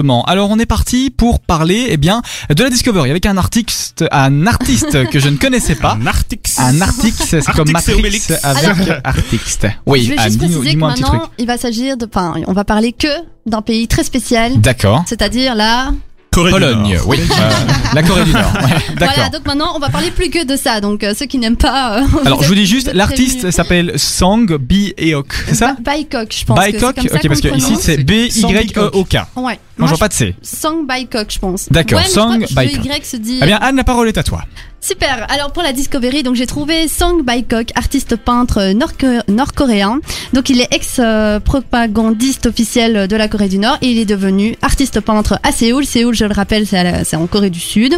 Exactement. Alors on est parti pour parler eh bien de la Discovery avec un artiste un artiste que je ne connaissais pas. Un artix. Un artiste, c'est comme Artix et Matrix Obélix. avec artiste. Oui, je veux ah, juste dis-nous préciser que dis-moi un petit maintenant, truc. il va s'agir de. Enfin, on va parler que d'un pays très spécial, D'accord. c'est-à-dire la. Corée du Pologne, Nord. oui. Euh, la Corée du Nord. ouais, D'accord. Voilà, donc maintenant, on va parler plus que de ça. Donc, euh, ceux qui n'aiment pas. euh, Alors vous je vous dis êtes- juste, êtes l'artiste prévenus. s'appelle Song B Eok, c'est ça Ba- Baikok, je pense. que c'est Baekok comme ça Ok, qu'on parce que le ici prononce. c'est B Song Y E O K. Ouais. Moi, Moi je vois je- pas de C. Song Baikok, je pense. D'accord, Ouais, mais je crois Song que le Baikok. Y se dit. Eh bien Anne, la parole est à toi. Super. Alors pour la Discovery, donc j'ai trouvé Song Baikok, artiste peintre euh, nord-co- nord-coréen. donc il est ex-propagandiste officiel de la Corée du Nord et il est devenu artiste peintre à Séoul. Séoul, je le rappelle, c'est à la- c'est en Corée du Sud.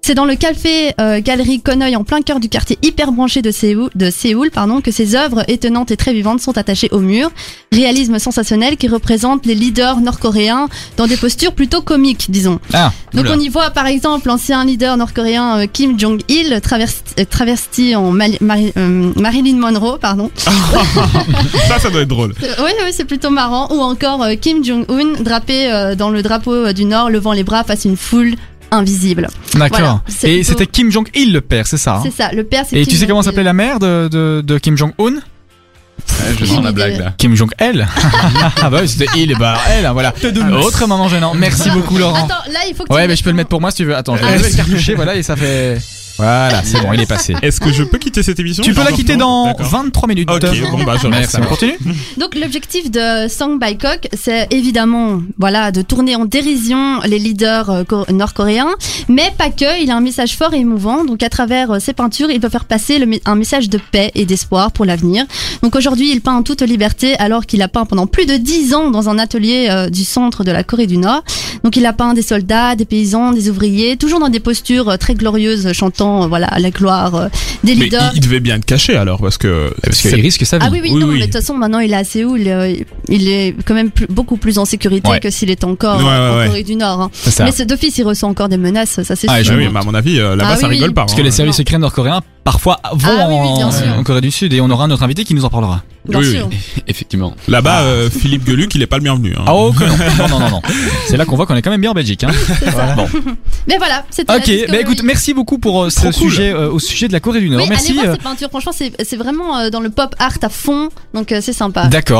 C'est dans le café euh, galerie Konoye en plein cœur du quartier hyper branché de Séoul, de Séoul pardon, que ses œuvres étonnantes et très vivantes sont attachées au mur. Réalisme sensationnel qui représente les leaders nord-coréens dans des postures plutôt comiques, disons. Ah, Donc oula. on y voit par exemple l'ancien leader nord-coréen euh, Kim Jong-il travesti, euh, travesti en Mali- Mari- euh, Marilyn Monroe, pardon. Ça, ça doit être drôle. Euh, oui, oui, c'est plutôt marrant. Ou encore euh, Kim Jong-un drapé euh, dans le drapeau euh, du Nord, levant les bras face à une foule invisible. D'accord. voilà, c'est Et plutôt- c'était Kim Jong Il le père, c'est ça hein C'est ça, le père c'est Et Kim tu sais comment Jong-il. s'appelait la mère de, de, de Kim Jong-un je sens sens la la blague, blague là. Kim Jong-il Ah bah oui, c'était il et bah elle, hein, voilà. Autre moment gênant. Merci beaucoup Laurent. Attends, là il faut que tu Ouais, mais je peux le mettre pour moi si tu veux. Attends, je Ah, vais le oui. cartoucher, voilà, et ça fait. Voilà, c'est bon, il est passé. Est-ce que je peux quitter cette émission Tu peux la Encore quitter dans non D'accord. 23 minutes. Ok, bon bah je Merci, Eh, reste. on alors. continue Donc l'objectif de Song Baikok, c'est évidemment voilà de tourner en dérision les leaders euh, cor- nord-coréens, mais pas que. Il a un message fort et émouvant. Donc à travers euh, ses peintures, il veut faire passer le me- un message de paix et d'espoir pour l'avenir. Donc aujourd'hui, il peint en toute liberté, alors qu'il a peint pendant plus de 10 ans dans un atelier euh, du centre de la Corée du Nord. Donc il a peint des soldats, des paysans, des ouvriers, toujours dans des postures euh, très glorieuses, chantant euh, voilà la gloire euh, des Mais leaders. il, il devait bien être caché alors parce que. c'est- risque sa Ah oui, oui, Oui, non, oui. mais de toute façon, maintenant, il est à Séoul. euh, Il est quand même plus- beaucoup plus en sécurité Ouais. que s'il est encore Ouais, euh, ouais, en ouais. Corée du Nord. hein. C'est ça. Mais ce d'office, il ressent encore des menaces, ça c'est Ah, Bah sûr. oui, mais à mon avis, euh, là-bas Ah ça oui, rigole oui. pas. Parce que les services secrets nord-coréens parfois vont Ah oui, oui, bien en- sûr. en Corée du Sud et on aura notre invité qui nous en parlera. Bien oui, sûr. Effectivement. Là-bas, euh, Philippe Geluc, il est pas le bienvenu. hein. Ah oh, que non. non, non, non, non. C'est là qu'on voit qu'on est quand même bien en Belgique. Hein. Bon. Mais voilà, c'était la Ok, bah Discovery. écoute, merci beaucoup pour euh, ce Trop cool. sujet euh, au sujet de la Corée du Oui, Nord. allez merci. voir euh, ces peintures. Franchement, c'est c'est vraiment euh, dans le pop art à fond, donc euh, c'est sympa. D'accord.